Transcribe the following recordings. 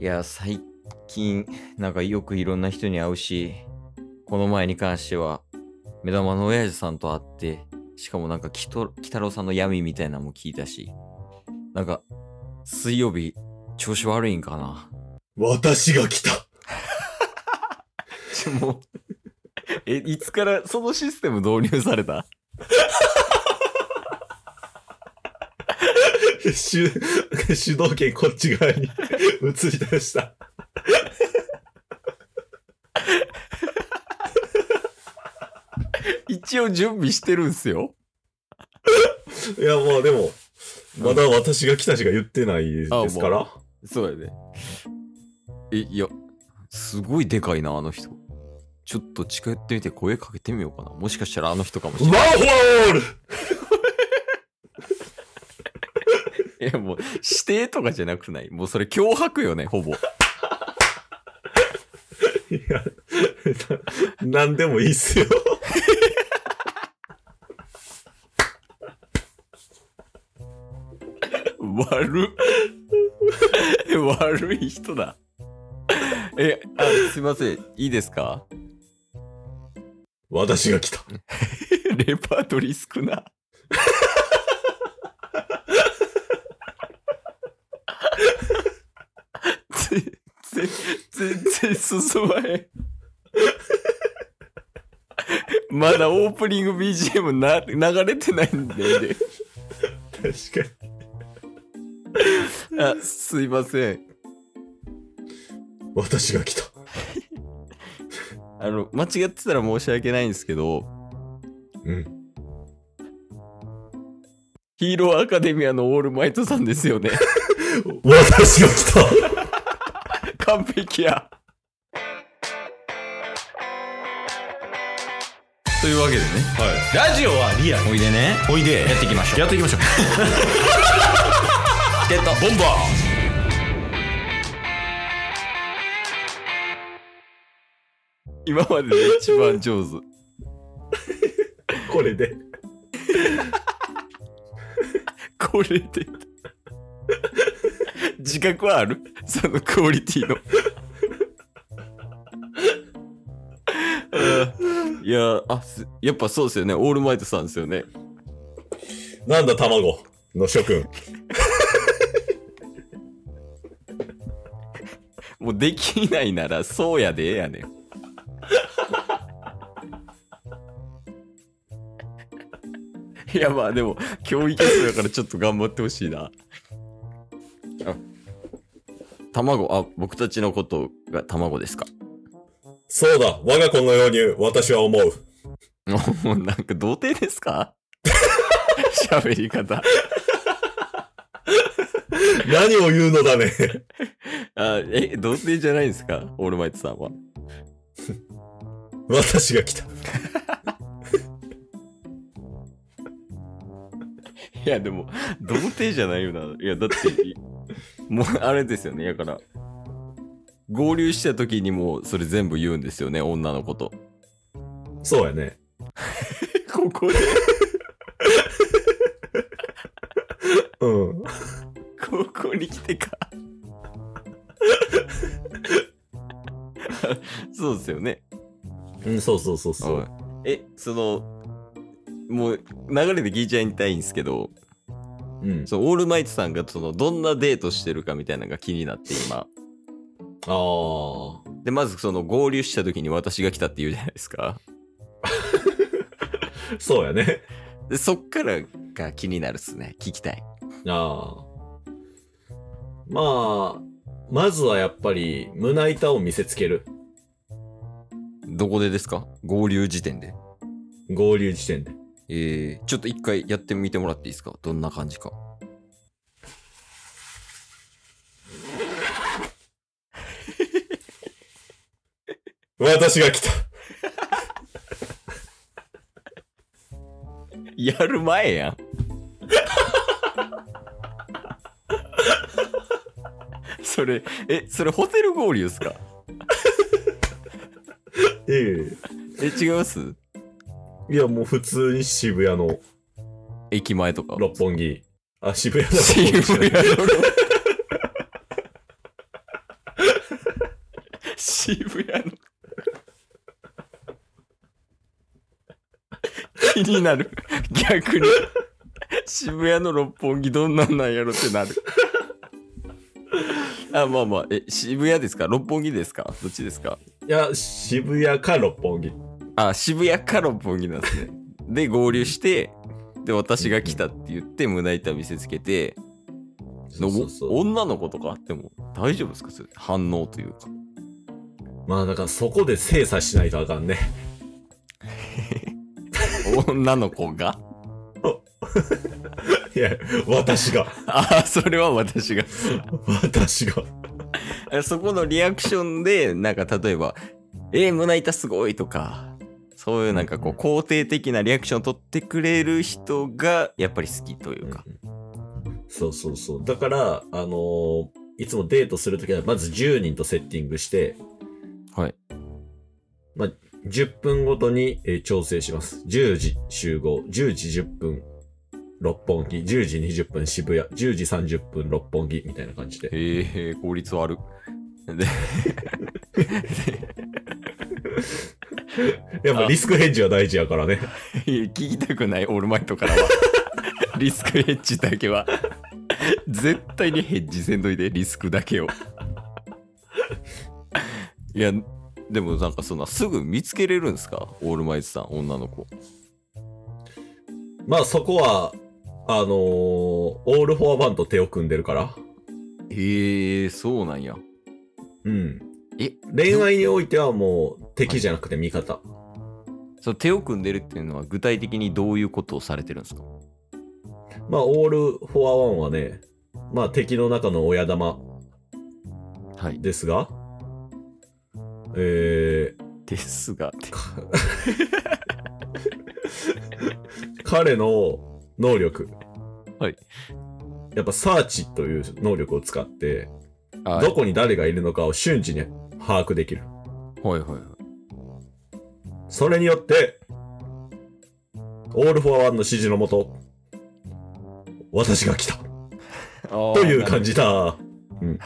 いや、最近、 なんかよくいろんな人に会うし、この前に関しては、目玉の親父さんと会って、しかもなんか、きと鬼太郎さんの闇みたいなのも聞いたし、なんか、水曜日、調子悪いんかな。私が来たちょもうえ、いつからそのシステム導入された主、主導権こっち側 に移り出した。一応準備してるんすよ。いや、まあでも、まだ私が来たしか言ってないですかあら。そうやね。え、いや、すごいでかいな、あの人。ちょっと近寄ってみて声かけてみようかな。もしかしたらあの人かもしれマンない。ホールいや、もう、指定とかじゃなくないもうそれ脅迫よね、ほぼ。 い や、ななんでもいいっすよ。悪っ。 悪い人だ。え、あ、すいません。いいですか私が来た。レパートリー少な。 全然、全然進まへん。まだオープニング BGM な流れてないんで。 確かあ、すいません。に。私が来た。あの、間違ってたら申し訳ないんですけど、うん。ヒーローアカデミアのオールマイトさんですよね。 私が来た完璧や。というわけでね、はい。ラジオはリアル。おいでね、おいで。やっていきましょう。やってい きましょう。ゲットボンバ今までで一番上手。ーこれで。これで。自覚はあるそのクオリティの。うんいやあすやっぱそうですよねオールマイトさんですよねなんだ、卵の諸君。もうできないならそうやでええやねんいやまあでも今日いけそうやからちょっと頑張ってほしいなあ卵あ僕たちのことが卵ですかそうだ、我が子のように私は思う。もう なんか童貞です か喋り方何を言うのだね。あえ童貞じゃないんですかオールマイトさんは 私が来た。いやでも童貞じゃないよないやだっていもうあれですよねだから合流した時にもうそれ全部言うんですよね女の子とそうやね。ここでうん。ここに来てか そうですよねうん、そうそうそうそはう。いえそのもう流れで聞いちゃいたいんですけどうん。そのオールマイトさんがそのどんなデートしてるかみたいなのが気になって今あでまずその合流した時に私が来たって言うじゃないですかあ。そうやね。 でそっからが気になるっすね聞きたいああ。まあ、まずはやっぱり胸板を見せつける。どこでですか合流時点で合流時点で。えー、ちょっと一回やってみてもらっていいですかどんな感じか私が来た。やる前やん それえそれホテル合流ですか ええ違いますえいや、もう普通に渋谷の駅前とか六本木。あ、渋谷の渋谷の渋谷の気になる逆に渋谷の六本木どんなんなんやろってなるあまあまあえ渋谷ですか六本木ですかどっちですかいや、渋谷か六本木。あ渋谷か六本木なんですねで合流してで私が来たって言って胸板見せつけてのそうそうそう女の子とかあっても大丈夫ですかそれ反応という かまあだからそこで精査しないとあかん ね。女の子がいや、私が。ああ、それは私が。私が。 えそこのリアクションで、なんか例えば、えー、胸板すごいとか、そういうなんかこう、肯定的なリアクションを取ってくれる人が、やっぱり好きというか。そうそうそう。だから、あのーいつもデートするときは、まず10人とセッティングして、はい。 10分ごとに、えー調整します。10時集合、10時10分六本木、10時20分渋谷、10時30分六本木みたいな感じで。へえ、効率悪。で、やっぱリスクヘッジは大事やからね。聞きたくない、オールマイトからは。 リスクヘッジだけは。絶対にヘッジせんといて、リスクだけを。いや、でもなんかそんな、すぐ見つけれるんですかオールマイトさん、女の子。まあそこは、あのーオールフォアワンと手を組んでるから。へえ、そうなんや。うん。え、恋愛においてはもう敵じゃなくて味方。その手を組んでるっていうのは具体的にどういうことをされてるんですかまあ、オール・フォア・ワンはね、まあ、敵の中の親玉はい。ですが、えですが、てー、彼の能力。はい。やっぱ、サーチという能力を使って、あどこに誰がいるのかを瞬時に把握できる。はいはいはい。それによって、オール・フォア・ワンの指示のもと、私が来たという感じだ。うん。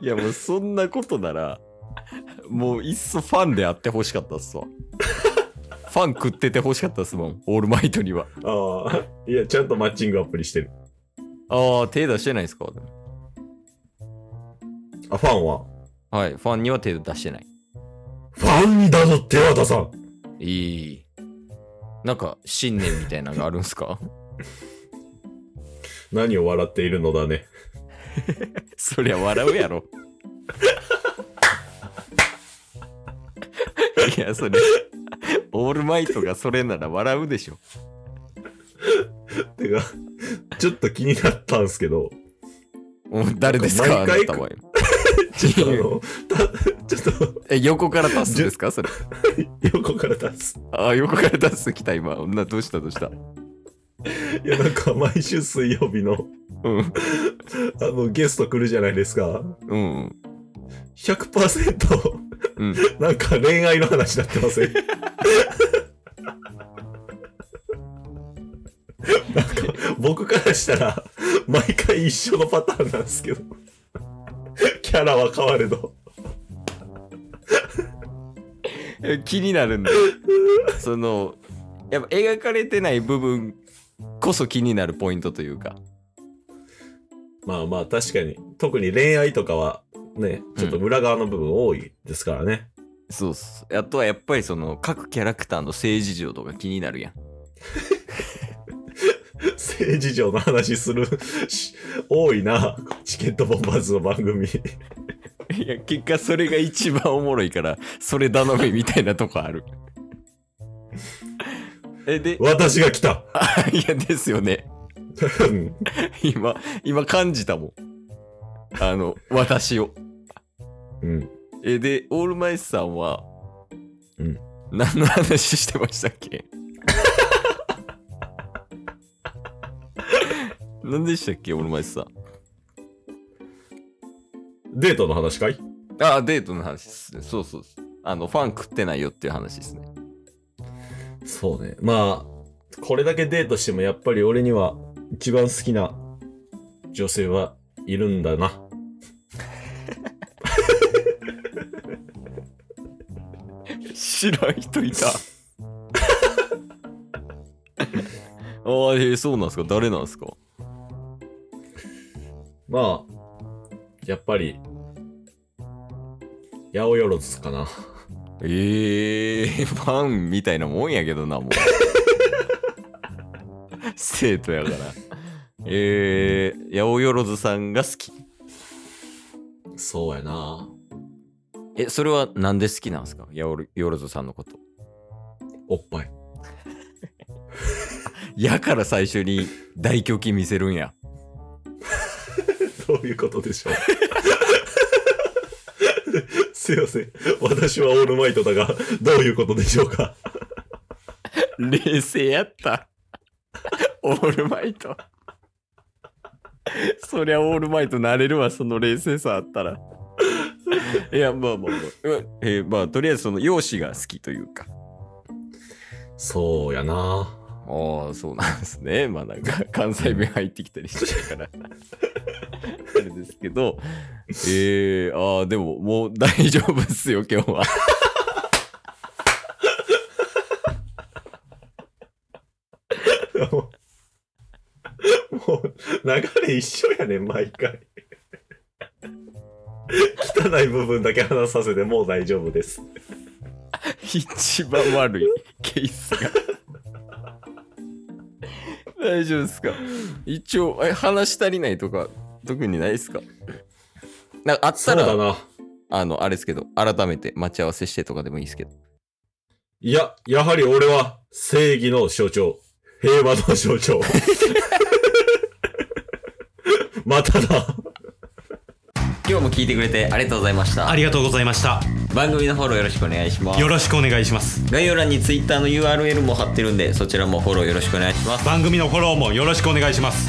じ。いやもうそんなことなら、もういっそファンであってほしかったっすわ。ファン食っててほしかったっすもん、オールマイトには。ああ、いや、ちゃんとマッチングアプリしてる。ああ、手出してないですかあ、ファンははい、ファンには手出してない。ファンにだぞ手は出さんいい。なんか信念みたいなのがあるんすか何を笑っているのだね。 そりゃ笑うやろ。 いや、それ、オールマイトがそれなら笑うでしょ。てか、ちょっと気になったんすけど、もう誰ですかあ毎回なたは。ちょっとあの、たちょっとえ、横から出すんですかそれ。横から出す。あ、横から出す来た今。女どうしたどうした。いや、なんか毎週水曜日の、うん。あの、ゲスト来るじゃないですか。うん。 100%、うん。なんか恋愛の話になってませんなんか、僕からしたら、毎回一緒のパターンなんですけど、キャラは変われど。え 気になるんだ。 その、やっぱ描かれてない部分こそ気になるポイントというか。まあまあ確かに特に恋愛とかはねちょっと裏側の部分多いですからね、そうっす。あとはやっぱりその各キャラクターの政治情とか気になるやん。政治上の話するし多いなチケットボンバーズの番組いや、結果それが一番おもろいから、それ頼みみたいなとこある。 え、で、私が来た いや、ですよね。うん今、今感じたもん。あの、私を。うんえ、で、オールマイスさんは、うん。何の話してましたっ け何でしたっけ、オールマイスさん。デートの話かいあデートの話ですね。そうそうそうあの、ファン食ってないよっていう話ですね。そうねまあこれだけデートしてもやっぱり俺には一番好きな女性はいるんだな。知らん人 いた。ああ、えーそうなんですか誰なんですかまあ、やっぱり、八百万かな。ええー、 ファンみたいなもんやけどな、もう。 生徒やから。えー、八百万さんが好き。そうやな。え、それはなんで好きなんですか八百万さんのこと。おっぱい。やから最初に大胸筋見せるんや。どういうことでしょう。 すいません。私はオールマイトだが、どういうことでしょうか。冷静やった。オールマイト。そりゃオールマイトなれるわ、その冷静さあったら。いや、まあまあまあ。えーまあ、とりあえずその容姿が好きというか。そうやな。ああ、そうなんですね。 まあなんか関西弁入ってきたりしてるから。あれですけど。えー、ああ、でももう大丈夫っすよ、今日は。 もう、もう流れ一緒やねん、毎回。汚い部分だけ話させてもう大丈夫です。一番悪いケースが。 大丈夫ですか一応、え話足りないとか、特にないですかなんかあったら、な。あの、あれですけど、改めて待ち合わせしてとかでもいいですけど。いや、やはり俺は正義の象徴。平和の象徴。 まただ。今日も聞いてくれてありがとうございましたあ。りがとうございました。番組のフォローよろしくお願いしますよろしくお願いします。概要欄に Twitter の URL も貼ってるんでそちらもフォローよろしくお願いします番組のフォローもよろしくお願いします。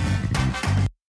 す